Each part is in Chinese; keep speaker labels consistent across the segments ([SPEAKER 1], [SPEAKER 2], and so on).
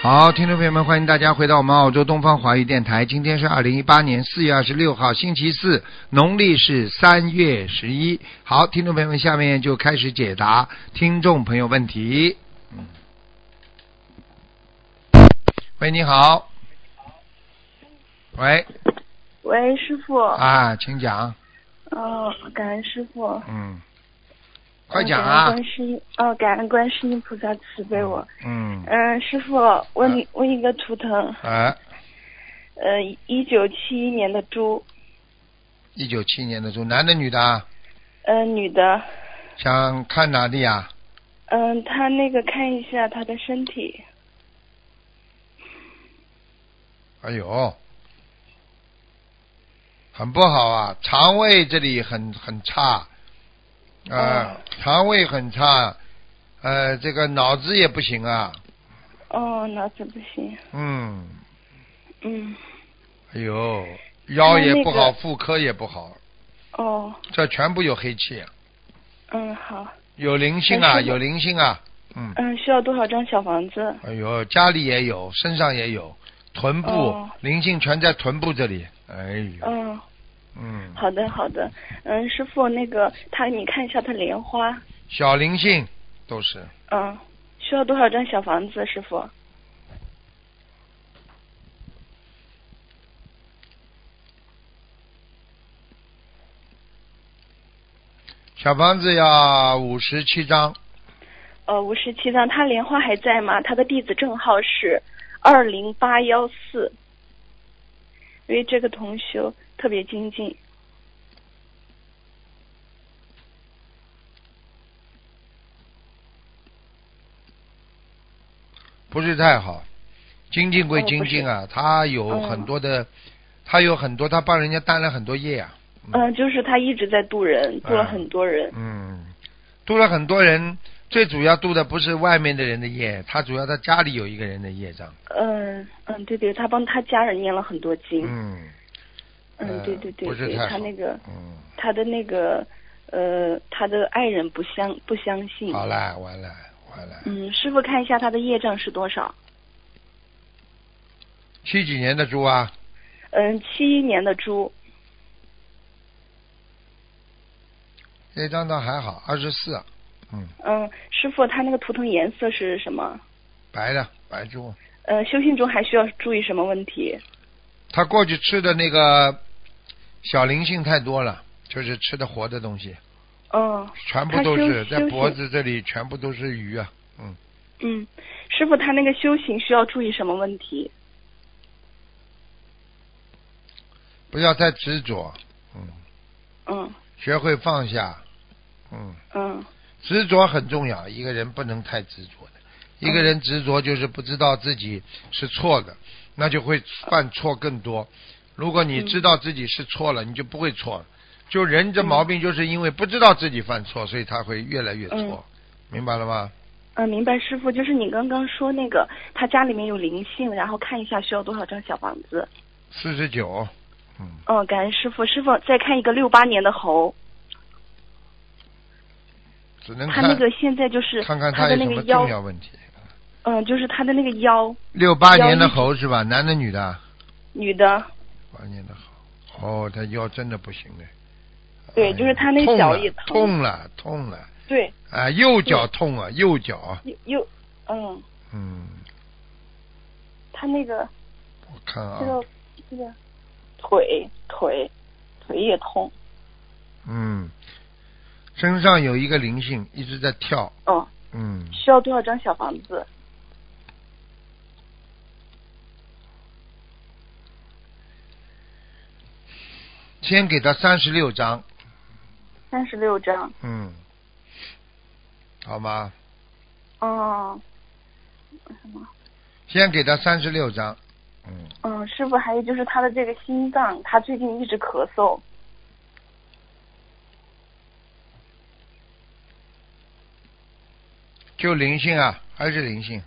[SPEAKER 1] 好，听众朋友们，欢迎大家回到我们澳洲东方华语电台。今天是二零一八年四月二十六号，星期四，农历是三月十一。好，听众朋友们，下面就开始解答听众朋友问题。嗯，喂，你好。喂，
[SPEAKER 2] 喂，师傅，
[SPEAKER 1] 啊，请讲。
[SPEAKER 2] 嗯、感恩师傅，
[SPEAKER 1] 嗯，快讲啊
[SPEAKER 2] 感恩。观世音，哦，感恩观世音菩萨慈悲我。
[SPEAKER 1] 嗯，
[SPEAKER 2] 嗯，师傅，问你问一个图腾，
[SPEAKER 1] 啊，
[SPEAKER 2] 呃，一九七一年的猪，
[SPEAKER 1] 一九七年的猪，男的女的啊？
[SPEAKER 2] 呃，女的，
[SPEAKER 1] 想看哪里啊？
[SPEAKER 2] 嗯、她那个看一下她的身体，
[SPEAKER 1] 哎呦，很不好啊，肠胃这里很很差，呃，
[SPEAKER 2] 哦
[SPEAKER 1] 肠胃很差，呃，这个脑子也不行啊，
[SPEAKER 2] 哦，脑子不行，
[SPEAKER 1] 嗯，
[SPEAKER 2] 嗯，
[SPEAKER 1] 哎呦，腰也不好，
[SPEAKER 2] 那那个
[SPEAKER 1] 妇科也不好，
[SPEAKER 2] 哦，
[SPEAKER 1] 这全部有黑气，啊
[SPEAKER 2] 嗯，好，
[SPEAKER 1] 有灵性啊，
[SPEAKER 2] 但哎是
[SPEAKER 1] 有灵性啊，嗯，
[SPEAKER 2] 嗯，需要多少张小房子？
[SPEAKER 1] 哎呦，家里也有，身上也有，臀部、
[SPEAKER 2] 哦
[SPEAKER 1] 灵性全在臀部这里，哎呦，
[SPEAKER 2] 嗯，
[SPEAKER 1] 嗯，
[SPEAKER 2] 好的，好的，嗯，师傅，那个她，你看一下她莲花，
[SPEAKER 1] 小灵性都是。
[SPEAKER 2] 嗯，需要多少张小房子，师傅？
[SPEAKER 1] 小房子要五十七张，
[SPEAKER 2] 呃，五十七张，他莲花还在吗？他的弟子证号是二零八幺四，因为这个同修特别精进。
[SPEAKER 1] 不是太好。精进归精进
[SPEAKER 2] 哦
[SPEAKER 1] 啊，他有很多的，他有很多，他帮人家担了很多业啊。
[SPEAKER 2] 嗯、就是他一直在渡人，渡了
[SPEAKER 1] 嗯
[SPEAKER 2] 很多人。
[SPEAKER 1] 嗯，度了很多人，最主要度的不是外面的人的业，他主要他家里有一个人的业障。
[SPEAKER 2] 嗯嗯，对对，他帮他家人念了很多经。
[SPEAKER 1] 嗯
[SPEAKER 2] 嗯，
[SPEAKER 1] 呃
[SPEAKER 2] 对对对
[SPEAKER 1] 不是
[SPEAKER 2] 对，
[SPEAKER 1] 太
[SPEAKER 2] 他
[SPEAKER 1] 好
[SPEAKER 2] 那个
[SPEAKER 1] 嗯，
[SPEAKER 2] 他的那个呃，他的爱人不相不相信。
[SPEAKER 1] 好了，完了，完了。
[SPEAKER 2] 嗯，师傅看一下他的业障是多少？
[SPEAKER 1] 七几年的猪啊，
[SPEAKER 2] 嗯，七一年的猪，
[SPEAKER 1] 这张倒还好，二十四，嗯，
[SPEAKER 2] 嗯，师傅他那个图腾颜色是什么？
[SPEAKER 1] 白的白猪。
[SPEAKER 2] 呃，修行中还需要注意什么问题？
[SPEAKER 1] 他过去吃的那个小灵性太多了，就是吃的活的东西，
[SPEAKER 2] 嗯
[SPEAKER 1] 全部都是
[SPEAKER 2] 他修
[SPEAKER 1] 在
[SPEAKER 2] 修行
[SPEAKER 1] 脖子这里，全部都是鱼啊。嗯，
[SPEAKER 2] 嗯，师傅他那个修行需要注意什么问题？
[SPEAKER 1] 不要太执着，嗯，
[SPEAKER 2] 嗯
[SPEAKER 1] 学会放下，嗯，
[SPEAKER 2] 嗯
[SPEAKER 1] 执着很重要，一个人不能太执着的。一个人执着就是不知道自己是错的，那就会犯错更多。如果你知道自己是错了，你就不会错了。就人这毛病，就是因为不知道自己犯错，所以他会越来越错，明白了吗？
[SPEAKER 2] 嗯，明白师傅，就是你刚刚说那个他家里面有灵性，然后看一下需要多少张小房子。
[SPEAKER 1] 四十九，嗯。
[SPEAKER 2] 嗯，感恩师傅，师傅再看一个六八年的猴，
[SPEAKER 1] 只能
[SPEAKER 2] 他
[SPEAKER 1] 看
[SPEAKER 2] 那个现在就是
[SPEAKER 1] 看看
[SPEAKER 2] 他
[SPEAKER 1] 有
[SPEAKER 2] 的
[SPEAKER 1] 什
[SPEAKER 2] 那
[SPEAKER 1] 么
[SPEAKER 2] 个
[SPEAKER 1] 重
[SPEAKER 2] 腰，
[SPEAKER 1] 要问题。
[SPEAKER 2] 嗯，就是他的那个腰，
[SPEAKER 1] 六八
[SPEAKER 2] 腰
[SPEAKER 1] 年的
[SPEAKER 2] 一直
[SPEAKER 1] 猴是吧？男的女的啊？
[SPEAKER 2] 女的，
[SPEAKER 1] 八年的猴，哦，他腰真的不行哎。
[SPEAKER 2] 对
[SPEAKER 1] 哎呀
[SPEAKER 2] 就是他那脚也疼
[SPEAKER 1] 痛了，痛了，痛了
[SPEAKER 2] 对，
[SPEAKER 1] 啊！右脚痛啊，右脚，
[SPEAKER 2] 又又，嗯，
[SPEAKER 1] 嗯，
[SPEAKER 2] 他那个
[SPEAKER 1] 我看啊
[SPEAKER 2] 这，个这个腿腿腿也痛，
[SPEAKER 1] 嗯，身上有一个灵性一直在跳，
[SPEAKER 2] 嗯。
[SPEAKER 1] 嗯，
[SPEAKER 2] 需要多少张小房子？
[SPEAKER 1] 先给他三十六张，
[SPEAKER 2] 三十六张。
[SPEAKER 1] 嗯，好吗？
[SPEAKER 2] 哦，什么？
[SPEAKER 1] 先给他三十六张，嗯，
[SPEAKER 2] 嗯，师傅，还有就是他的这个心脏，他最近一直咳嗽。
[SPEAKER 1] 就灵性啊，还是灵性，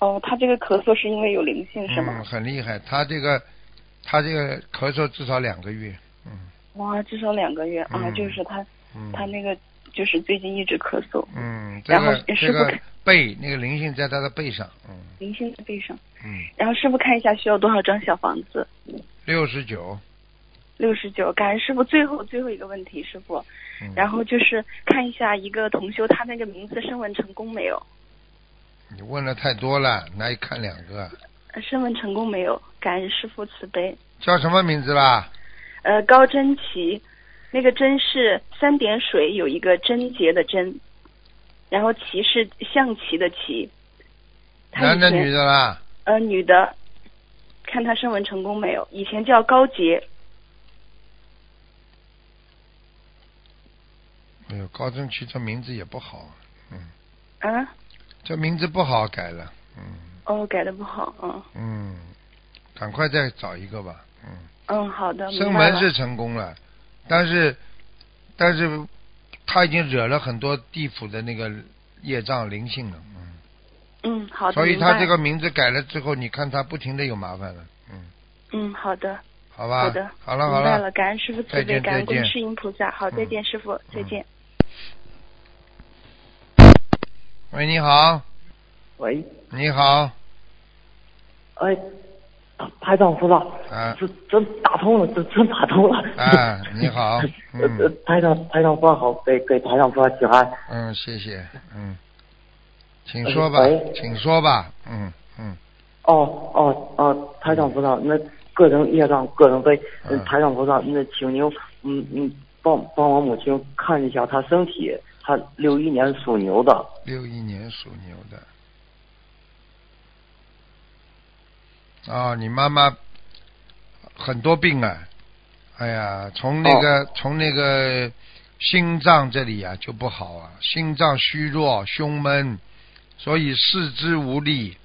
[SPEAKER 2] 哦，他这个咳嗽是因为有灵性是吗
[SPEAKER 1] 嗯，？很厉害，他这个他这个咳嗽至少两个月。
[SPEAKER 2] 哇，至少两个月啊，
[SPEAKER 1] 嗯
[SPEAKER 2] 就是他
[SPEAKER 1] 嗯，
[SPEAKER 2] 他那个就是最近一直咳嗽。
[SPEAKER 1] 嗯，这
[SPEAKER 2] 然后
[SPEAKER 1] 个
[SPEAKER 2] 师
[SPEAKER 1] 这
[SPEAKER 2] 傅
[SPEAKER 1] 个
[SPEAKER 2] 看
[SPEAKER 1] 背那个灵性在他的背上，嗯，
[SPEAKER 2] 零星的背上。
[SPEAKER 1] 嗯，
[SPEAKER 2] 然后师傅看一下需要多少张小房子？
[SPEAKER 1] 六十九，
[SPEAKER 2] 六十九，感恩师傅。最后最后一个问题，师傅，
[SPEAKER 1] 嗯，
[SPEAKER 2] 然后就是看一下一个同修他那个名字申问成功没有？
[SPEAKER 1] 你问的太多了，哪里看两个？
[SPEAKER 2] 呃申问成功没有？感恩师傅慈悲。
[SPEAKER 1] 叫什么名字啦？
[SPEAKER 2] 呃，高真奇，那个真是三点水有一个贞洁的贞，然后棋是象棋的棋。他以
[SPEAKER 1] 男的
[SPEAKER 2] 前
[SPEAKER 1] 女的啦？
[SPEAKER 2] 呃，女的，看她声纹成功没有？以前叫高洁，
[SPEAKER 1] 哎呦，高中奇这名字也不好，嗯，
[SPEAKER 2] 啊，
[SPEAKER 1] 这名字不好改了，嗯
[SPEAKER 2] 哦，改的不好，嗯
[SPEAKER 1] 嗯，赶快再找一个吧，嗯。
[SPEAKER 2] 嗯，好的，
[SPEAKER 1] 升
[SPEAKER 2] 明白
[SPEAKER 1] 门
[SPEAKER 2] 了。
[SPEAKER 1] 是成功了，但是但是他已经惹了很多地府的那个业障灵性了，嗯，
[SPEAKER 2] 嗯，好的，
[SPEAKER 1] 所以
[SPEAKER 2] 明
[SPEAKER 1] 他
[SPEAKER 2] 白
[SPEAKER 1] 这个名字改了之后，你看他不停的有麻烦了，嗯，
[SPEAKER 2] 嗯，好的，
[SPEAKER 1] 好吧，
[SPEAKER 2] 好的，
[SPEAKER 1] 啊好了好
[SPEAKER 2] 明白
[SPEAKER 1] 了
[SPEAKER 2] 了，，感恩师傅
[SPEAKER 1] 再
[SPEAKER 2] 慈悲，
[SPEAKER 1] 见
[SPEAKER 2] 感
[SPEAKER 1] 再
[SPEAKER 2] 恩观
[SPEAKER 1] 见嗯
[SPEAKER 2] 世音菩萨，好，再见，师傅，再见。
[SPEAKER 1] 喂，你好，
[SPEAKER 3] 喂，
[SPEAKER 1] 你好，
[SPEAKER 3] 哎，排长菩萨，
[SPEAKER 1] 啊
[SPEAKER 3] 这真打通了，这真打通了。
[SPEAKER 1] 啊你 好嗯
[SPEAKER 3] 呃排长，排长菩萨好，给给排长菩萨请安。
[SPEAKER 1] 嗯，谢谢，嗯，请说吧
[SPEAKER 3] 喂，
[SPEAKER 1] 请说吧，嗯嗯，
[SPEAKER 3] 哦哦哦，排长菩萨，那个人业障个人背。
[SPEAKER 1] 嗯
[SPEAKER 3] 嗯，排长菩萨，那请您，嗯嗯，帮帮我母亲看一下她身体，她六一年属牛的。
[SPEAKER 1] 六一年属牛的，啊、你妈妈很多病啊，哎呀，从那个、从那个心脏这里啊就不好啊，心脏虚弱、胸闷，所以四肢无力，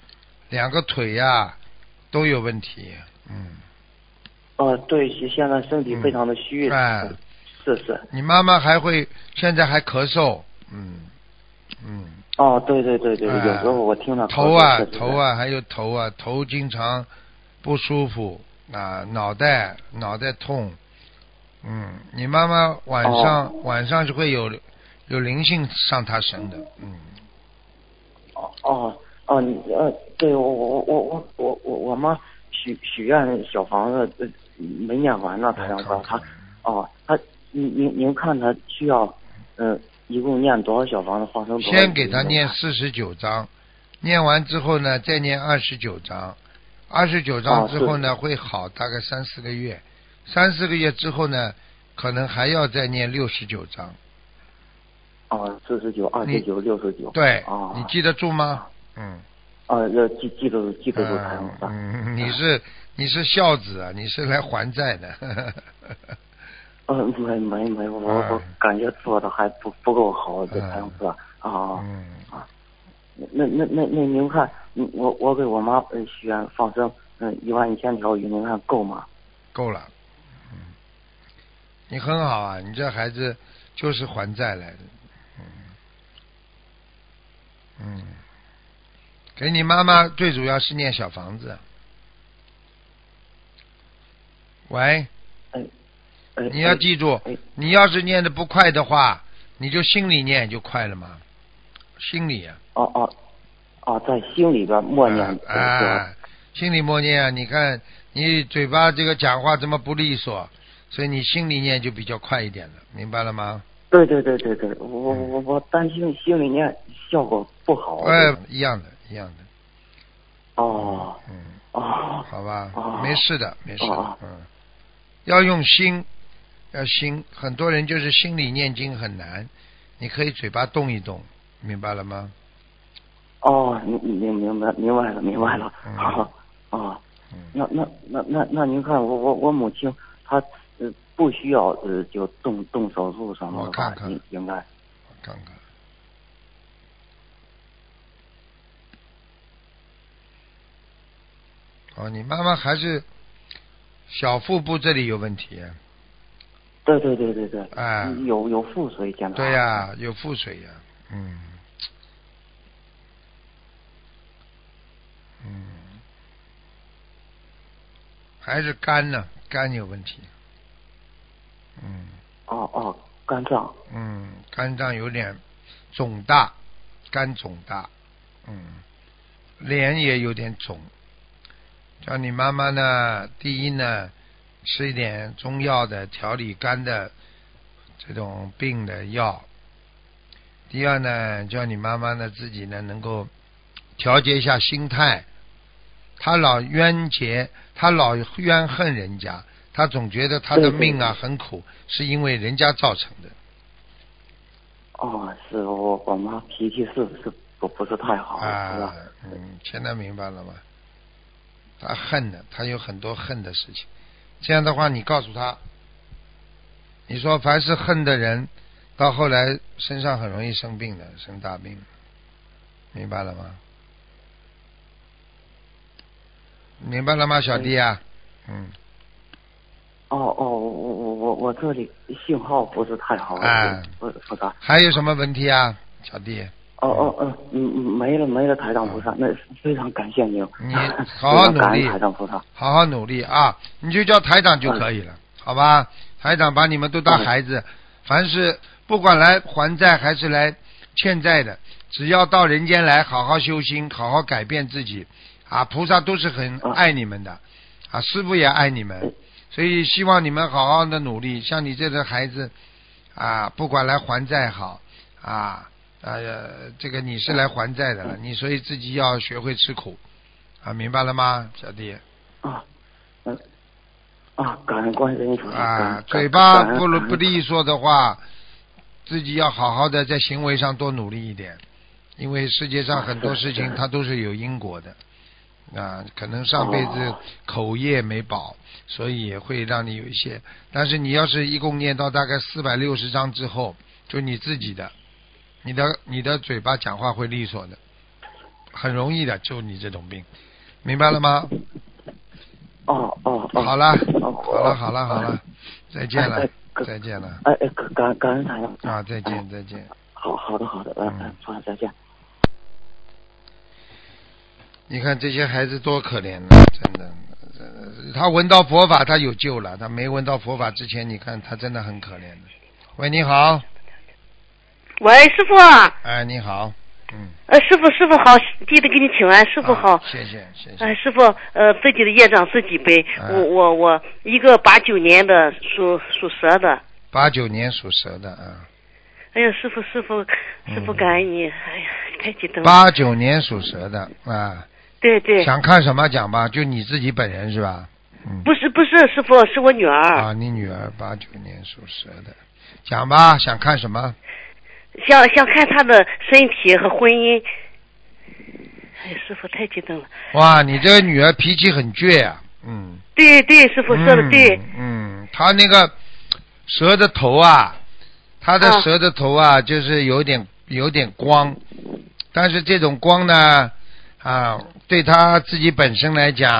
[SPEAKER 1] 两个腿呀、都有问题，嗯。
[SPEAKER 3] 呃，对，现现在身体非常的虚。
[SPEAKER 1] 嗯哎
[SPEAKER 3] 是是。
[SPEAKER 1] 你妈妈还会现在还咳嗽，嗯嗯，
[SPEAKER 3] 哦，对对对对，
[SPEAKER 1] 哎
[SPEAKER 3] 有时候我听她
[SPEAKER 1] 头啊
[SPEAKER 3] 咳嗽确实是
[SPEAKER 1] 头啊还有头啊头经常不舒服啊，脑袋脑袋痛，嗯，你妈妈晚
[SPEAKER 3] 哦
[SPEAKER 1] 上、晚上是会有有灵性上她身的，嗯，
[SPEAKER 3] 哦哦哦，你呃，对我我我我我我我妈许许愿小房子呃没念完呢，她让
[SPEAKER 1] 我
[SPEAKER 3] 她
[SPEAKER 1] 看看
[SPEAKER 3] 她哦她您您您看她需要嗯、呃一共念多少小房子放生多少？
[SPEAKER 1] 先给她念四十九章，念完之后呢再念二十九章，二十九章
[SPEAKER 3] 哦
[SPEAKER 1] 之后呢、会好大概三四个月，三四个月之后呢可能还要再念六十九章。
[SPEAKER 3] 哦四十九二
[SPEAKER 1] 你
[SPEAKER 3] 十九六十九
[SPEAKER 1] 对，
[SPEAKER 3] 哦
[SPEAKER 1] 你记得住吗？嗯，
[SPEAKER 3] 呃要记记得住记得住台
[SPEAKER 1] 嗯
[SPEAKER 3] 长
[SPEAKER 1] 嗯，你是你是孝子啊，你是来还债的。
[SPEAKER 3] 嗯没没没我我我
[SPEAKER 1] 嗯
[SPEAKER 3] 感觉做的还不不够好，这
[SPEAKER 1] 嗯
[SPEAKER 3] 台长是吧？啊。
[SPEAKER 1] 嗯，
[SPEAKER 3] 那那那那您看，嗯我我给我妈呃许愿放生，嗯一万一千条鱼，您看够吗？
[SPEAKER 1] 够了。嗯，你很好啊，你这孩子就是还债来的。嗯，嗯，给你妈妈最主要是念小房子。喂，
[SPEAKER 3] 呃、
[SPEAKER 1] 你要
[SPEAKER 3] 呃
[SPEAKER 1] 记住
[SPEAKER 3] 哎，
[SPEAKER 1] 你要是念的不快的话，你就心里念就快了嘛，心里啊。
[SPEAKER 3] 哦哦哦，在心里边默念
[SPEAKER 1] 啊、
[SPEAKER 3] 呃是吧
[SPEAKER 1] 啊心里默念啊，你看你嘴巴这个讲话这么不利索，所以你心里念就比较快一点了，明白了吗？
[SPEAKER 3] 对对对对对，我我我我担心心里念效果不好。
[SPEAKER 1] 哎，一样的，一样的，
[SPEAKER 3] 哦
[SPEAKER 1] 嗯，
[SPEAKER 3] 哦
[SPEAKER 1] 好吧，
[SPEAKER 3] 哦
[SPEAKER 1] 没事的，没事的
[SPEAKER 3] 哦，
[SPEAKER 1] 嗯，要用心，要心，很多人就是心里念经很难，你可以嘴巴动一动，明白了吗？
[SPEAKER 3] 哦，您您明白明白了明白了，
[SPEAKER 1] 嗯
[SPEAKER 3] 好哦，
[SPEAKER 1] 嗯，
[SPEAKER 3] 那那那那那您看我我我母亲她呃不需要呃就动动手术什么
[SPEAKER 1] 我
[SPEAKER 3] 的
[SPEAKER 1] 看
[SPEAKER 3] 吧，
[SPEAKER 1] 看
[SPEAKER 3] 应应该
[SPEAKER 1] 我看看，哦，你妈妈还是小腹部这里有问题。啊
[SPEAKER 3] 对对对对对，
[SPEAKER 1] 哎
[SPEAKER 3] 有有腹水检查。
[SPEAKER 1] 对呀、有腹水呀、嗯，嗯，还是肝呢，肝有问题，嗯
[SPEAKER 3] 哦哦，肝脏。
[SPEAKER 1] 嗯，肝脏有点肿大，肝肿大，嗯，脸也有点肿。叫你妈妈呢，第一呢，吃一点中药的调理肝的这种病的药；第二呢，叫你妈妈呢自己呢能够调节一下心态。她老冤结，她老怨恨人家，她总觉得她的
[SPEAKER 3] 对对
[SPEAKER 1] 命啊很苦，是因为人家造成的。
[SPEAKER 3] 哦，是我我妈脾气是是不不是太好，是
[SPEAKER 1] 啊
[SPEAKER 3] 吧？，
[SPEAKER 1] 嗯，现在明白了吗？他恨的，他有很多恨的事情。这样的话，你告诉他，你说凡是恨的人，到后来身上很容易生病的，生大病，明白了吗？明白了吗，小弟啊？嗯，
[SPEAKER 3] 哦哦，我我我我这里信号不是太好，
[SPEAKER 1] 哎
[SPEAKER 3] 不不咋。
[SPEAKER 1] 还有什么问题啊，小弟？
[SPEAKER 3] 哦哦哦，嗯嗯，没了没了，台长菩萨，那非常感谢您，
[SPEAKER 1] 嗯 你好
[SPEAKER 3] 非
[SPEAKER 1] 好
[SPEAKER 3] 常
[SPEAKER 1] 努
[SPEAKER 3] 感恩
[SPEAKER 1] 力
[SPEAKER 3] 台长菩萨。
[SPEAKER 1] 好好努力啊！你就叫台长就可以了，好吧？台长把你们都当孩子，凡是不管来还债还是来欠债的，只要到人间来，好好修心，好好改变自己啊！菩萨都是很
[SPEAKER 3] 嗯
[SPEAKER 1] 爱你们的啊，师傅也爱你们
[SPEAKER 3] 嗯，
[SPEAKER 1] 所以希望你们好好的努力。像你这个孩子啊，不管来还债好啊。呃，这个你是来还债的了，你所以自己要学会吃苦，啊，明白了吗，小弟？
[SPEAKER 3] 啊，嗯，啊，感恩观世音菩萨，感
[SPEAKER 1] 啊
[SPEAKER 3] 恩，
[SPEAKER 1] 嘴巴
[SPEAKER 3] 感恩
[SPEAKER 1] 不
[SPEAKER 3] 感恩
[SPEAKER 1] 不利索的话，自己要好好的在行为上多努力一点，因为世界上很多事情它都是有因果的。啊，可能上辈子
[SPEAKER 3] 哦
[SPEAKER 1] 口业没保，所以也会让你有一些。但是你要是一共念到大概四百六十章之后，就你自己的，你的你的嘴巴讲话会利索的，很容易的，就你这种病，明白了吗？
[SPEAKER 3] 哦哦哦，
[SPEAKER 1] 好了，
[SPEAKER 3] 哦
[SPEAKER 1] 好了，好了，好了，，再见了
[SPEAKER 3] 哎哎，
[SPEAKER 1] 再见了。
[SPEAKER 3] 哎哎，感恩感恩台长，
[SPEAKER 1] 啊，再见，再见。
[SPEAKER 3] 好好的好的，嗯
[SPEAKER 1] 嗯
[SPEAKER 3] 嗯，菩萨再见。
[SPEAKER 1] 你看这些孩子多可怜呢，真的。呃他闻到佛法，他有救了；他没闻到佛法之前，你看他真的很可怜的。喂，你好，
[SPEAKER 4] 喂，师傅，啊
[SPEAKER 1] 哎，你好，嗯，
[SPEAKER 4] 呃，师傅，师傅好，弟子给你请安，师傅好
[SPEAKER 1] 啊，谢谢，谢
[SPEAKER 4] 哎、
[SPEAKER 1] 谢。
[SPEAKER 4] 师傅，呃，自己的业障自己背，
[SPEAKER 1] 哎
[SPEAKER 4] 我我我，一个八九年的属属蛇的，
[SPEAKER 1] 八九年属蛇的啊，
[SPEAKER 4] 哎呀，师傅，师傅，师傅，
[SPEAKER 1] 嗯
[SPEAKER 4] 感恩你，哎呀，太激动了，
[SPEAKER 1] 八九年属蛇的啊，
[SPEAKER 4] 对对，
[SPEAKER 1] 想看什么讲吧，就你自己本人是吧？嗯，
[SPEAKER 4] 不是不是，师傅是我女儿，
[SPEAKER 1] 啊，你女儿八九年属蛇的，讲吧，想看什么？
[SPEAKER 4] 想想看她的身体和婚姻，哎呀，师傅太激动了，
[SPEAKER 1] 哇，你这个女儿脾气很倔啊，嗯。
[SPEAKER 4] 对对，师傅说的对，
[SPEAKER 1] 嗯。嗯，他那个蛇的头啊，他的
[SPEAKER 4] 啊
[SPEAKER 1] 蛇的头啊，就是有点有点光，但是这种光呢，啊，对他自己本身来讲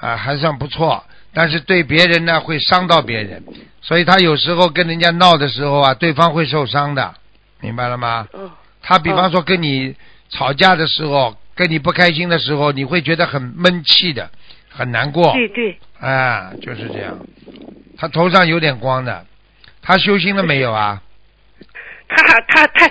[SPEAKER 1] 啊还算不错，但是对别人呢会伤到别人，所以他有时候跟人家闹的时候啊，对方会受伤的，明白了吗？
[SPEAKER 4] 哦，
[SPEAKER 1] 他比方说跟你吵架的时候，跟你不开心的时候，你会觉得很闷气的，很难过。
[SPEAKER 4] 对对，
[SPEAKER 1] 啊，就是这样。他头上有点光的，他修心了没有啊？
[SPEAKER 4] 他他他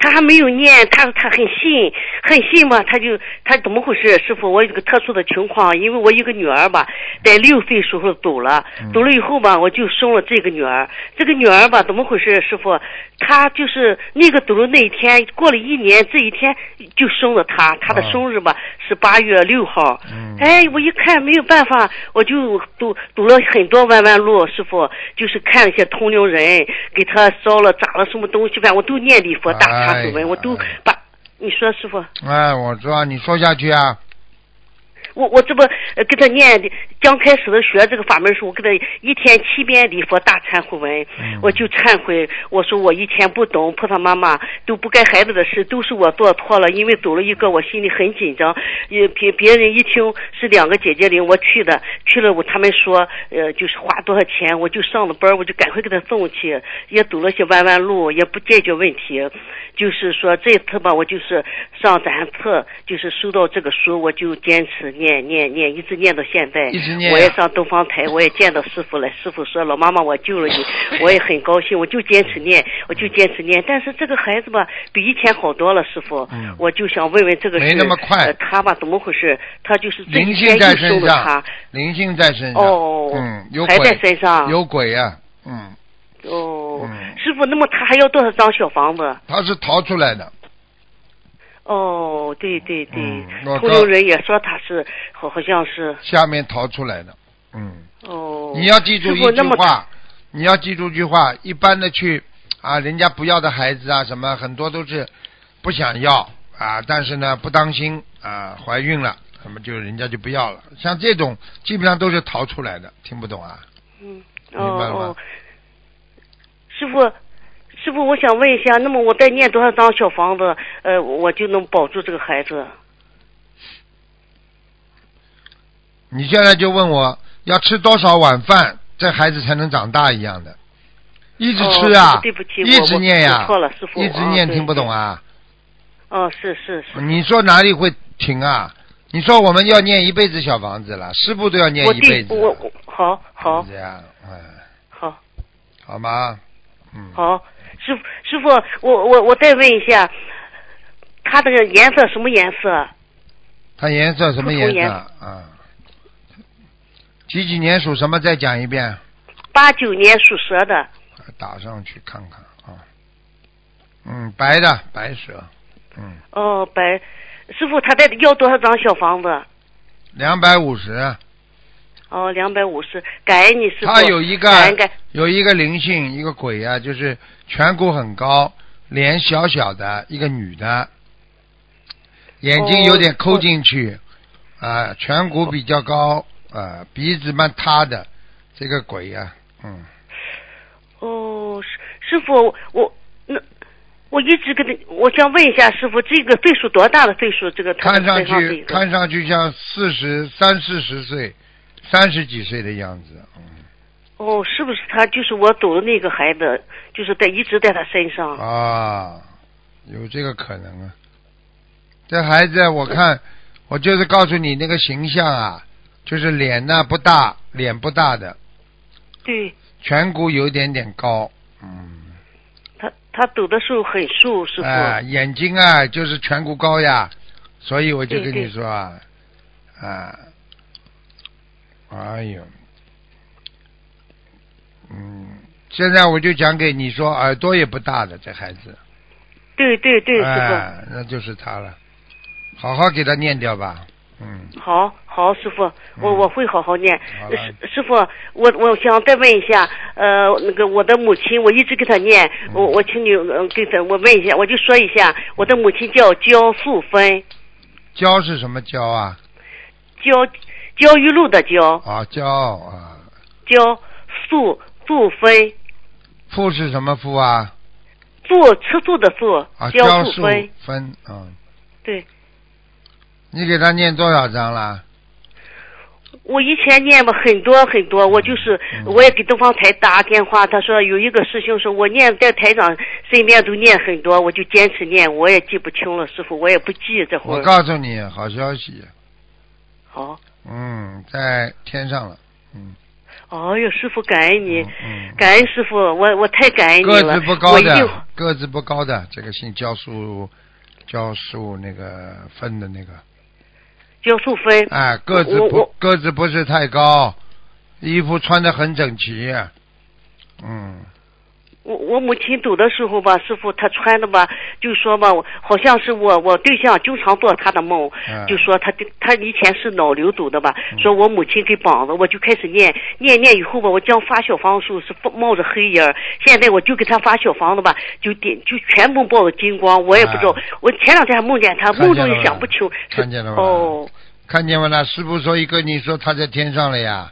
[SPEAKER 4] 他还没有念，他说他很信，很信嘛，他就他怎么回事？师傅，我有个特殊的情况，因为我有个女儿吧，在六岁时候走了
[SPEAKER 1] 嗯，
[SPEAKER 4] 走了以后吧，我就生了这个女儿。这个女儿吧，怎么回事？师傅，她就是那个走了那一天，过了一年，这一天就生了她。她的
[SPEAKER 1] 啊
[SPEAKER 4] 生日吧是八月六号。
[SPEAKER 1] 嗯
[SPEAKER 4] 哎，我一看没有办法，我就走走了很多弯弯路，师傅就是看了一些通灵人，给他烧了炸了什么东西，反正我都念礼佛大忏悔
[SPEAKER 1] 哎呀
[SPEAKER 4] 文，我都
[SPEAKER 1] 哎
[SPEAKER 4] 把。你说师傅，
[SPEAKER 1] 哎，我知道，你说下去啊。
[SPEAKER 4] 我我这不呃跟他念的，刚开始的学这个法门的时候，我给他一天七遍礼佛大忏悔文，
[SPEAKER 1] 嗯
[SPEAKER 4] 我就忏悔，我说我以前不懂，菩萨妈妈都不该孩子的事都是我做错了，因为走了一个我心里很紧张，也别别人一听是两个姐姐领我去的，去了我他们说呃就是花多少钱，我就上了班，我就赶快给他送去，也走了些弯弯路，也不解决问题，就是说这次吧，我就是上咱册，就是收到这个书，我就坚持念。念念念，一直念到现在。
[SPEAKER 1] 一直念啊
[SPEAKER 4] 我也上东方台，我也见到师傅了。师傅说：“老妈妈，我救了你，我也哎很高兴，我就
[SPEAKER 1] 嗯
[SPEAKER 4] 坚持念，我就坚持念。但是这个孩子吧，比以前好多了，师傅。
[SPEAKER 1] 嗯
[SPEAKER 4] 我就想问问这个是
[SPEAKER 1] 没那么快
[SPEAKER 4] 呃他吧，怎么回事？他就是这
[SPEAKER 1] 灵
[SPEAKER 4] 几
[SPEAKER 1] 性
[SPEAKER 4] 天
[SPEAKER 1] 在
[SPEAKER 4] 又收
[SPEAKER 1] 身
[SPEAKER 4] 了他
[SPEAKER 1] 上，，灵性在身上，
[SPEAKER 4] 哦
[SPEAKER 1] 嗯，有
[SPEAKER 4] 还
[SPEAKER 1] 鬼
[SPEAKER 4] 在身上
[SPEAKER 1] 有鬼啊，嗯，
[SPEAKER 4] 哦，
[SPEAKER 1] 嗯
[SPEAKER 4] 师傅，那么他还要多少张小房子？
[SPEAKER 1] 他是逃出来的，
[SPEAKER 4] 哦，对对对
[SPEAKER 1] 嗯，我
[SPEAKER 4] 同
[SPEAKER 1] 告
[SPEAKER 4] 龄人也说他是，好好像是
[SPEAKER 1] 下面逃出来的，嗯，
[SPEAKER 4] 哦。
[SPEAKER 1] 你要记住一
[SPEAKER 4] 师傅
[SPEAKER 1] 句
[SPEAKER 4] 那么
[SPEAKER 1] 话，你要记住一句话，一般的去啊，人家不要的孩子啊，什么很多都是不想要啊，但是呢不当心啊怀孕了，那么就人家就不要了。像这种基本上都是逃出来的，听不懂啊？
[SPEAKER 4] 嗯，
[SPEAKER 1] 明
[SPEAKER 4] 哦
[SPEAKER 1] 白了吗
[SPEAKER 4] 哦，师傅，师傅，我想问一下，那么我再念多少张小房子，呃，我就能保住这个孩子？
[SPEAKER 1] 你现在就问我要吃多少碗饭，这孩子才能长大一样的，一直吃啊，
[SPEAKER 4] 哦对不起
[SPEAKER 1] 一直念呀、
[SPEAKER 4] 我我错了师傅
[SPEAKER 1] 一直念
[SPEAKER 4] 啊对
[SPEAKER 1] 听不懂啊。
[SPEAKER 4] 哦，是是是，
[SPEAKER 1] 你说哪里会停啊？你说我们要念一辈子小房子了，师傅都要念
[SPEAKER 4] 我
[SPEAKER 1] 一辈
[SPEAKER 4] 弟，
[SPEAKER 1] 子了。
[SPEAKER 4] 我我好好
[SPEAKER 1] 这样，嗯，
[SPEAKER 4] 好
[SPEAKER 1] 好吗？嗯，
[SPEAKER 4] 好，师傅师傅，我我我再问一下，他这个颜色什么颜色？
[SPEAKER 1] 它颜色什么颜
[SPEAKER 4] 不同
[SPEAKER 1] 色
[SPEAKER 4] 颜
[SPEAKER 1] 啊？几几年属什么？再讲一遍，
[SPEAKER 4] 八九年属蛇的，
[SPEAKER 1] 打上去看看啊。嗯，白的白蛇，嗯，
[SPEAKER 4] 哦，白，师傅他在要多少张小房子？
[SPEAKER 1] 两百五十。
[SPEAKER 4] 哦，两百五十，感恩你师傅。
[SPEAKER 1] 他有一个
[SPEAKER 4] 感恩感
[SPEAKER 1] 有一个灵性，一个鬼啊，就是颧骨很高，脸小小的一个女的，眼睛有
[SPEAKER 4] 哦
[SPEAKER 1] 点抠进去，啊，颧骨比较高，啊，鼻子蛮塌的，这个鬼呀、嗯，
[SPEAKER 4] 哦，师师傅，我那我一直跟他，我想问一下师傅，这个岁数多大的岁数？这个他
[SPEAKER 1] 看上
[SPEAKER 4] 身上这
[SPEAKER 1] 去
[SPEAKER 4] 个
[SPEAKER 1] 看上去像四十三四十岁，三十几岁的样子，嗯，
[SPEAKER 4] 哦，是不是他就是我走的那个孩子，就是在一直在他身上。
[SPEAKER 1] 啊，有这个可能啊。这孩子，我看，我就是告诉你那个形象啊，就是脸呢不大，脸不大的，
[SPEAKER 4] 对
[SPEAKER 1] 颧骨有一点点高，嗯，
[SPEAKER 4] 他，他走的时候很瘦，师傅。
[SPEAKER 1] 啊、眼睛啊就是颧骨高呀，所以我就跟
[SPEAKER 4] 对
[SPEAKER 1] 你
[SPEAKER 4] 对
[SPEAKER 1] 说啊，啊，哎呦，嗯，现在我就讲给你说，耳朵也不大的这孩子，
[SPEAKER 4] 对对对，师傅。
[SPEAKER 1] 哎，那就是他了，好好给他念掉吧，嗯，
[SPEAKER 4] 好好，师傅，我我会好好念。
[SPEAKER 1] 好了
[SPEAKER 4] 师师傅，我我想再问一下，呃，那个我的母亲，我一直给她念，
[SPEAKER 1] 嗯
[SPEAKER 4] 我我请你呃给她，我问一下，我就说一下，我的母亲叫焦素芬，
[SPEAKER 1] 教是什么教啊？
[SPEAKER 4] 焦焦裕禄的焦，
[SPEAKER 1] 啊，教啊，
[SPEAKER 4] 焦素素芬，
[SPEAKER 1] 富是什么富啊？
[SPEAKER 4] 素吃素的素
[SPEAKER 1] 啊，，
[SPEAKER 4] 焦
[SPEAKER 1] 教
[SPEAKER 4] 素
[SPEAKER 1] 数
[SPEAKER 4] 芬，
[SPEAKER 1] 分，嗯，
[SPEAKER 4] 对。
[SPEAKER 1] 你给他念多少章啦？
[SPEAKER 4] 我以前念吧很多很多，我就是
[SPEAKER 1] 嗯
[SPEAKER 4] 我也给东方台打电话，他说有一个师兄说我念在台长身边都念很多，我就坚持念，我也记不清了，师傅我也不记这会
[SPEAKER 1] 我
[SPEAKER 4] 儿。哦
[SPEAKER 1] 告诉你，好消息，
[SPEAKER 4] 好，
[SPEAKER 1] 嗯，在天上了，嗯，
[SPEAKER 4] 哎呦，师傅感恩你，
[SPEAKER 1] 嗯嗯
[SPEAKER 4] 感恩师傅，我我太感恩你
[SPEAKER 1] 个
[SPEAKER 4] 了，
[SPEAKER 1] 子不高
[SPEAKER 4] 我一定
[SPEAKER 1] 的，个子不高的，这个姓教数，教数那个分的那个，
[SPEAKER 4] 教素芬。
[SPEAKER 1] 哎，个子
[SPEAKER 4] 我
[SPEAKER 1] 不
[SPEAKER 4] 我
[SPEAKER 1] 个子不是太高，衣服穿的很整齐，嗯，
[SPEAKER 4] 我我母亲走的时候吧，师傅她穿的吧，就说吧，我好像是我我对象经常做她的梦，
[SPEAKER 1] 嗯
[SPEAKER 4] 就说她她以前是脑瘤走的吧，
[SPEAKER 1] 嗯
[SPEAKER 4] 说我母亲给绑了，我就开始念念念以后吧，我将发小房的时候是冒着黑烟儿，现在我就给她发小房子吧，就点就全部冒着金光，我也不知道，
[SPEAKER 1] 啊
[SPEAKER 4] 我前两天还梦见她，
[SPEAKER 1] 看见
[SPEAKER 4] 梦中
[SPEAKER 1] 了
[SPEAKER 4] 也
[SPEAKER 1] 吧
[SPEAKER 4] 想不清，是
[SPEAKER 1] 看见了吧
[SPEAKER 4] 哦，
[SPEAKER 1] 看见没啦？师傅所以跟你说他在天上了呀，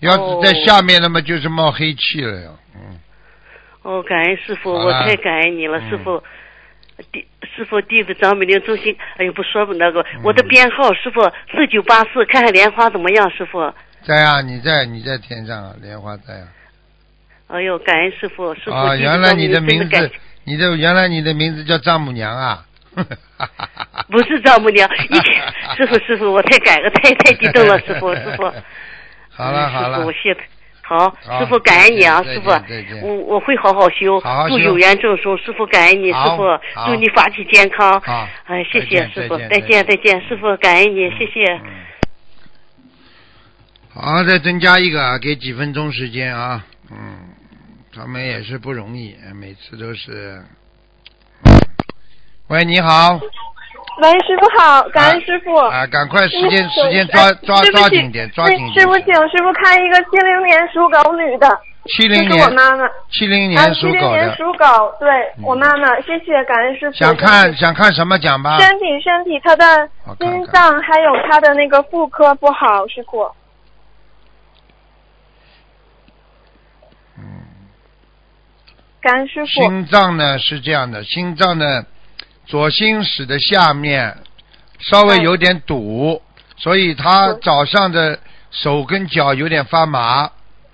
[SPEAKER 1] 要
[SPEAKER 4] 哦
[SPEAKER 1] 是在下面，那么就是冒黑气了呀，嗯。
[SPEAKER 4] 哦，感恩师傅，
[SPEAKER 1] 好嗯
[SPEAKER 4] 我
[SPEAKER 1] 了
[SPEAKER 4] 太感恩你了，
[SPEAKER 1] 嗯
[SPEAKER 4] 师傅。弟师傅弟子张美玲中心，哎呦不说那个，
[SPEAKER 1] 嗯
[SPEAKER 4] 我的编号师傅四九八四，看看莲花怎么样，师傅。
[SPEAKER 1] 在啊，你在你在天上啊，莲花在啊。
[SPEAKER 4] 哎呦，感恩师傅，师傅弟
[SPEAKER 1] 啊，
[SPEAKER 4] 子
[SPEAKER 1] 原来
[SPEAKER 4] 张美
[SPEAKER 1] 你
[SPEAKER 4] 玲
[SPEAKER 1] 的
[SPEAKER 4] 真的
[SPEAKER 1] 名
[SPEAKER 4] 感
[SPEAKER 1] 字，你的原来你的名字叫丈母娘啊，
[SPEAKER 4] 不是丈 母娘，一天师傅师傅，我太感恩，太太激动了，师傅师傅。
[SPEAKER 1] 好了
[SPEAKER 4] 嗯
[SPEAKER 1] 好
[SPEAKER 4] 师傅，我
[SPEAKER 1] 了，
[SPEAKER 4] 谢。好，
[SPEAKER 1] 好
[SPEAKER 4] 师傅感恩你啊，
[SPEAKER 1] 再见
[SPEAKER 4] 师傅
[SPEAKER 1] 再见，
[SPEAKER 4] 我我会好好修，
[SPEAKER 1] 好好修
[SPEAKER 4] 祝有缘正生，师傅感恩你，师
[SPEAKER 1] 好
[SPEAKER 4] 傅
[SPEAKER 1] 好
[SPEAKER 4] 祝你法体健康，
[SPEAKER 1] 好
[SPEAKER 4] 哎，谢
[SPEAKER 1] 再
[SPEAKER 4] 谢
[SPEAKER 1] 见
[SPEAKER 4] 师傅，
[SPEAKER 1] 再
[SPEAKER 4] 再
[SPEAKER 1] 见
[SPEAKER 4] 见再见，师傅感恩你，谢谢。
[SPEAKER 1] 嗯好，再增加一个啊，给几分钟时间啊。嗯，他们也是不容易，每次都是。喂，你好。
[SPEAKER 5] 喂，师傅好，感恩师傅。
[SPEAKER 1] 啊，赶快时间时间
[SPEAKER 5] 哎
[SPEAKER 1] 抓抓
[SPEAKER 5] 对不
[SPEAKER 1] 抓
[SPEAKER 5] 起
[SPEAKER 1] 紧点，抓紧
[SPEAKER 5] 师傅，请
[SPEAKER 1] 点。
[SPEAKER 5] 师傅看一个七零年属狗女的，
[SPEAKER 1] 七
[SPEAKER 5] 这
[SPEAKER 1] 零
[SPEAKER 5] 是我
[SPEAKER 1] 年，
[SPEAKER 5] 妈妈。
[SPEAKER 1] 七零
[SPEAKER 5] 啊，
[SPEAKER 1] 年
[SPEAKER 5] 七
[SPEAKER 1] 属
[SPEAKER 5] 零
[SPEAKER 1] 狗
[SPEAKER 5] 年
[SPEAKER 1] 的，
[SPEAKER 5] 属狗，对
[SPEAKER 1] 嗯
[SPEAKER 5] 我妈妈，谢谢，感恩师傅。
[SPEAKER 1] 想看想看什么讲吧？
[SPEAKER 5] 身体身体，她的
[SPEAKER 1] 我看
[SPEAKER 5] 心
[SPEAKER 1] 看
[SPEAKER 5] 脏还有她的那个妇科不好，师傅。
[SPEAKER 1] 嗯，
[SPEAKER 5] 感恩师傅。
[SPEAKER 1] 心脏呢是这样的，心脏呢左心室的下面稍微
[SPEAKER 5] 嗯
[SPEAKER 1] 有点堵，所以他
[SPEAKER 5] 对
[SPEAKER 1] 早上的手跟脚有点发麻，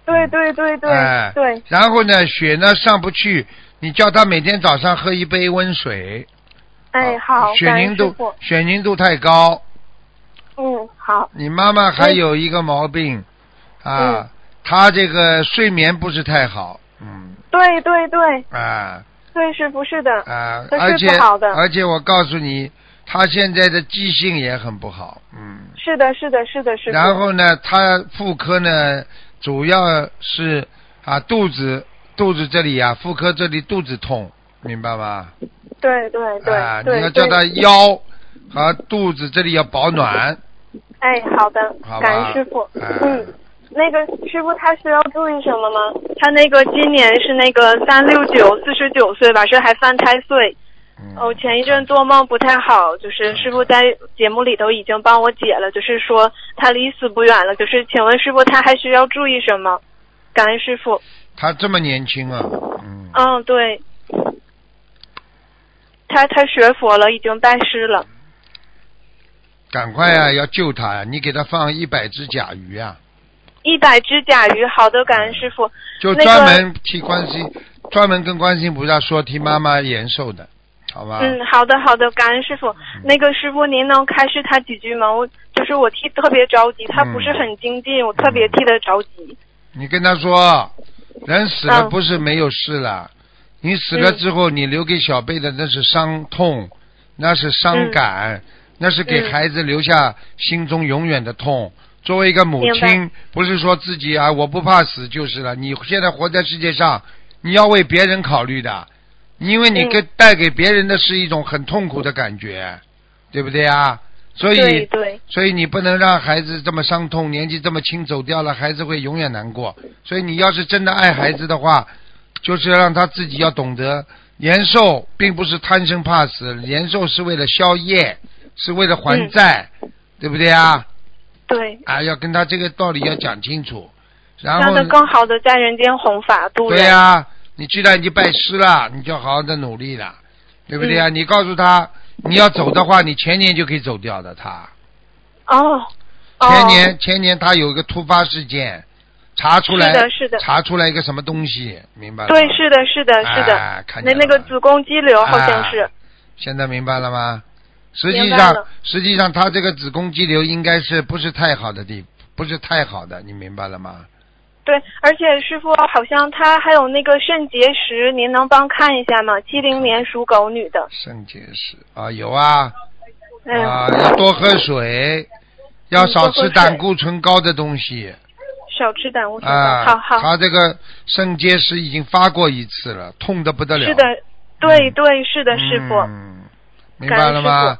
[SPEAKER 5] 对对对对
[SPEAKER 1] 哎
[SPEAKER 5] 对，
[SPEAKER 1] 然后呢血呢上不去，你叫他每天早上喝一杯温水，
[SPEAKER 5] 哎
[SPEAKER 1] 啊
[SPEAKER 5] 好，
[SPEAKER 1] 血
[SPEAKER 5] 感恩
[SPEAKER 1] 凝
[SPEAKER 5] 师
[SPEAKER 1] 度
[SPEAKER 5] 傅。
[SPEAKER 1] 血凝度太高，
[SPEAKER 5] 嗯，好，
[SPEAKER 1] 你妈妈还有一个毛病啊
[SPEAKER 5] 嗯，
[SPEAKER 1] 她这个睡眠不是太好，嗯
[SPEAKER 5] 对对对
[SPEAKER 1] 啊
[SPEAKER 5] 对，师傅是的，
[SPEAKER 1] 啊，
[SPEAKER 5] 她
[SPEAKER 1] 而
[SPEAKER 5] 睡
[SPEAKER 1] 且
[SPEAKER 5] 不好的
[SPEAKER 1] 而且我告诉你，她现在的记性也很不好，嗯，
[SPEAKER 5] 是的是的是的师傅。
[SPEAKER 1] 然后呢，她妇科呢主要是啊肚子肚子这里啊妇科这里肚子痛，明白吗？
[SPEAKER 5] 对对对
[SPEAKER 1] 啊，
[SPEAKER 5] 对，
[SPEAKER 1] 你要叫
[SPEAKER 5] 对
[SPEAKER 1] 她腰和肚子这里要保暖，
[SPEAKER 5] 哎，好的
[SPEAKER 1] 好吧，
[SPEAKER 5] 感恩师傅。
[SPEAKER 1] 哎
[SPEAKER 5] 嗯，那个师傅他需要注意什么吗？他那个今年是那个三六九四十九岁吧，是还犯太岁。
[SPEAKER 1] 嗯
[SPEAKER 5] 哦，前一阵做梦不太好，就是师傅在节目里头已经帮我解了，就是说他离死不远了。就是请问师傅他还需要注意什么？感恩师傅。
[SPEAKER 1] 她这么年轻啊，嗯，
[SPEAKER 5] 嗯，对。他他学佛了，已经拜师了。
[SPEAKER 1] 赶快啊，要救她呀、你给她放一百只甲鱼啊。
[SPEAKER 5] 一百只甲鱼，好的，感恩师傅。
[SPEAKER 1] 就专门替观世音，专门跟观世音菩萨说替妈妈延寿的，好吧？
[SPEAKER 5] 嗯，好的好的，感恩师
[SPEAKER 1] 嗯
[SPEAKER 5] 傅。那个师傅，您能开示他几句吗？我就是我替特别着急，他不是很精进，
[SPEAKER 1] 嗯
[SPEAKER 5] 我特别替他着急。
[SPEAKER 1] 你跟他说，人死了
[SPEAKER 5] 嗯
[SPEAKER 1] 不是没有事了，你死了之后，你留给小辈的那是伤痛，那是伤感，那是给
[SPEAKER 5] 嗯
[SPEAKER 1] 孩子留下心中永远的痛。作为一个母
[SPEAKER 5] 明
[SPEAKER 1] 亲
[SPEAKER 5] 白，
[SPEAKER 1] 不是说自己啊，我不怕死就是了。你现在活在世界上，你要为别人考虑的，因为你
[SPEAKER 5] 嗯
[SPEAKER 1] 给、带给别人的是一种很痛苦的感觉，对不对啊？所以
[SPEAKER 5] 对对，
[SPEAKER 1] 所以你不能让孩子这么伤痛，年纪这么轻走掉了，孩子会永远难过。所以你要是真的爱孩子的话，就是让他自己要懂得延寿，并不是贪生怕死，延寿是为了消业，是为了还债，对不对啊？
[SPEAKER 5] 对，
[SPEAKER 1] 啊，要跟他这个道理要讲清楚。然
[SPEAKER 5] 让
[SPEAKER 1] 后
[SPEAKER 5] 他更好的在人间弘法度人。
[SPEAKER 1] 对呀、你既然已经拜师了，你就好好的努力了，对不对啊？你告诉他，你要走的话，你前年就可以走掉的。他，
[SPEAKER 5] 哦，哦，
[SPEAKER 1] 前年、前年他有一个突发事件，查出来
[SPEAKER 5] 是的是的
[SPEAKER 1] 查出来一个什么东西，明白了吗？
[SPEAKER 5] 对，是的，是的，是的，
[SPEAKER 1] 哎看
[SPEAKER 5] 那
[SPEAKER 1] 见了
[SPEAKER 5] 那个子宫肌瘤好像
[SPEAKER 1] 哎
[SPEAKER 5] 是，
[SPEAKER 1] 现在明白了吗？实际
[SPEAKER 5] 明白
[SPEAKER 1] 上
[SPEAKER 5] 了，
[SPEAKER 1] 实际上他这个子宫肌瘤应该是不是太好的地，不是太好的，你明白了吗？
[SPEAKER 5] 对，而且师傅好像他还有那个肾结石，您能帮看一下吗？七零年属狗女的，
[SPEAKER 1] 肾结石啊，有啊
[SPEAKER 5] 嗯，
[SPEAKER 1] 啊，要多喝水，要
[SPEAKER 5] 嗯
[SPEAKER 1] 少
[SPEAKER 5] 多喝
[SPEAKER 1] 吃
[SPEAKER 5] 水
[SPEAKER 1] 胆固醇高的东西
[SPEAKER 5] 少吃胆固醇，
[SPEAKER 1] 啊。
[SPEAKER 5] 好好。
[SPEAKER 1] 他这个肾结石已经发过一次了，痛的不得了。
[SPEAKER 5] 是的，对对，是的，师傅，
[SPEAKER 1] 嗯，明白了吗？呃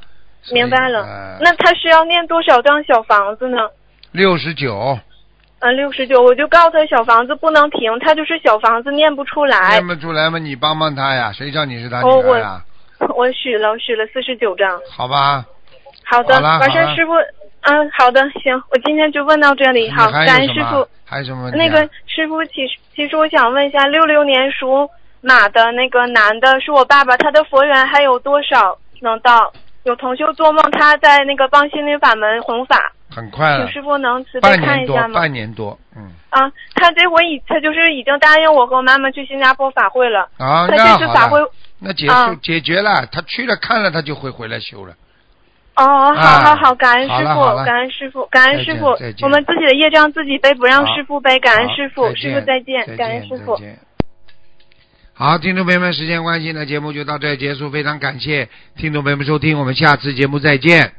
[SPEAKER 5] 明白了。那他需要念多少张小房子呢？
[SPEAKER 1] 六十九，
[SPEAKER 5] 嗯，六十九，我就告诉他小房子不能停，他就是小房子念不出来
[SPEAKER 1] 念。不出来嘛，你帮帮他呀，谁叫你是他
[SPEAKER 5] 哎哦
[SPEAKER 1] 女儿啊？
[SPEAKER 5] 我许了，许了四十九张。
[SPEAKER 1] 好吧，
[SPEAKER 5] 好的，
[SPEAKER 1] 好啦
[SPEAKER 5] 完事
[SPEAKER 1] 好啦
[SPEAKER 5] 儿师傅，嗯，好的，行，我今天就问到这里，
[SPEAKER 1] 你
[SPEAKER 5] 好，
[SPEAKER 1] 还
[SPEAKER 5] 感
[SPEAKER 1] 有
[SPEAKER 5] 恩
[SPEAKER 1] 什
[SPEAKER 5] 师
[SPEAKER 1] 么
[SPEAKER 5] 傅。？
[SPEAKER 1] 还有什么问题啊？
[SPEAKER 5] 那个师傅，其实其实我想问一下，六六年属马的那个男的是我爸爸，他的佛缘还有多少能到？有同修做梦，他在那个帮心灵法门弘法，
[SPEAKER 1] 很快了
[SPEAKER 5] 请，师傅能慈悲
[SPEAKER 1] 半
[SPEAKER 5] 看
[SPEAKER 1] 年
[SPEAKER 5] 一下
[SPEAKER 1] 多，
[SPEAKER 5] 吗？
[SPEAKER 1] 半年多，嗯，
[SPEAKER 5] 啊，他这回已他就是已经答应我和我妈妈去新加坡法会了。
[SPEAKER 1] 啊，
[SPEAKER 5] 他
[SPEAKER 1] 那
[SPEAKER 5] 这次
[SPEAKER 1] 好
[SPEAKER 5] 法会
[SPEAKER 1] 了，那解就
[SPEAKER 5] 嗯
[SPEAKER 1] 解决了，他去了看了，他就会回来修了。
[SPEAKER 5] 哦，好
[SPEAKER 1] 啊
[SPEAKER 5] 好好，感恩
[SPEAKER 1] 好
[SPEAKER 5] 师
[SPEAKER 1] 了好了
[SPEAKER 5] 傅，感恩师傅，感恩师傅
[SPEAKER 1] 再见再，见
[SPEAKER 5] 我们自己的业障自己背，不让
[SPEAKER 1] 好
[SPEAKER 5] 师傅背，感恩
[SPEAKER 1] 好
[SPEAKER 5] 师傅，师傅再见，感恩师傅。。
[SPEAKER 1] 再见好，听众朋友们，时间关系呢，节目就到这儿结束，非常感谢听众朋友们收听，我们下次节目再见。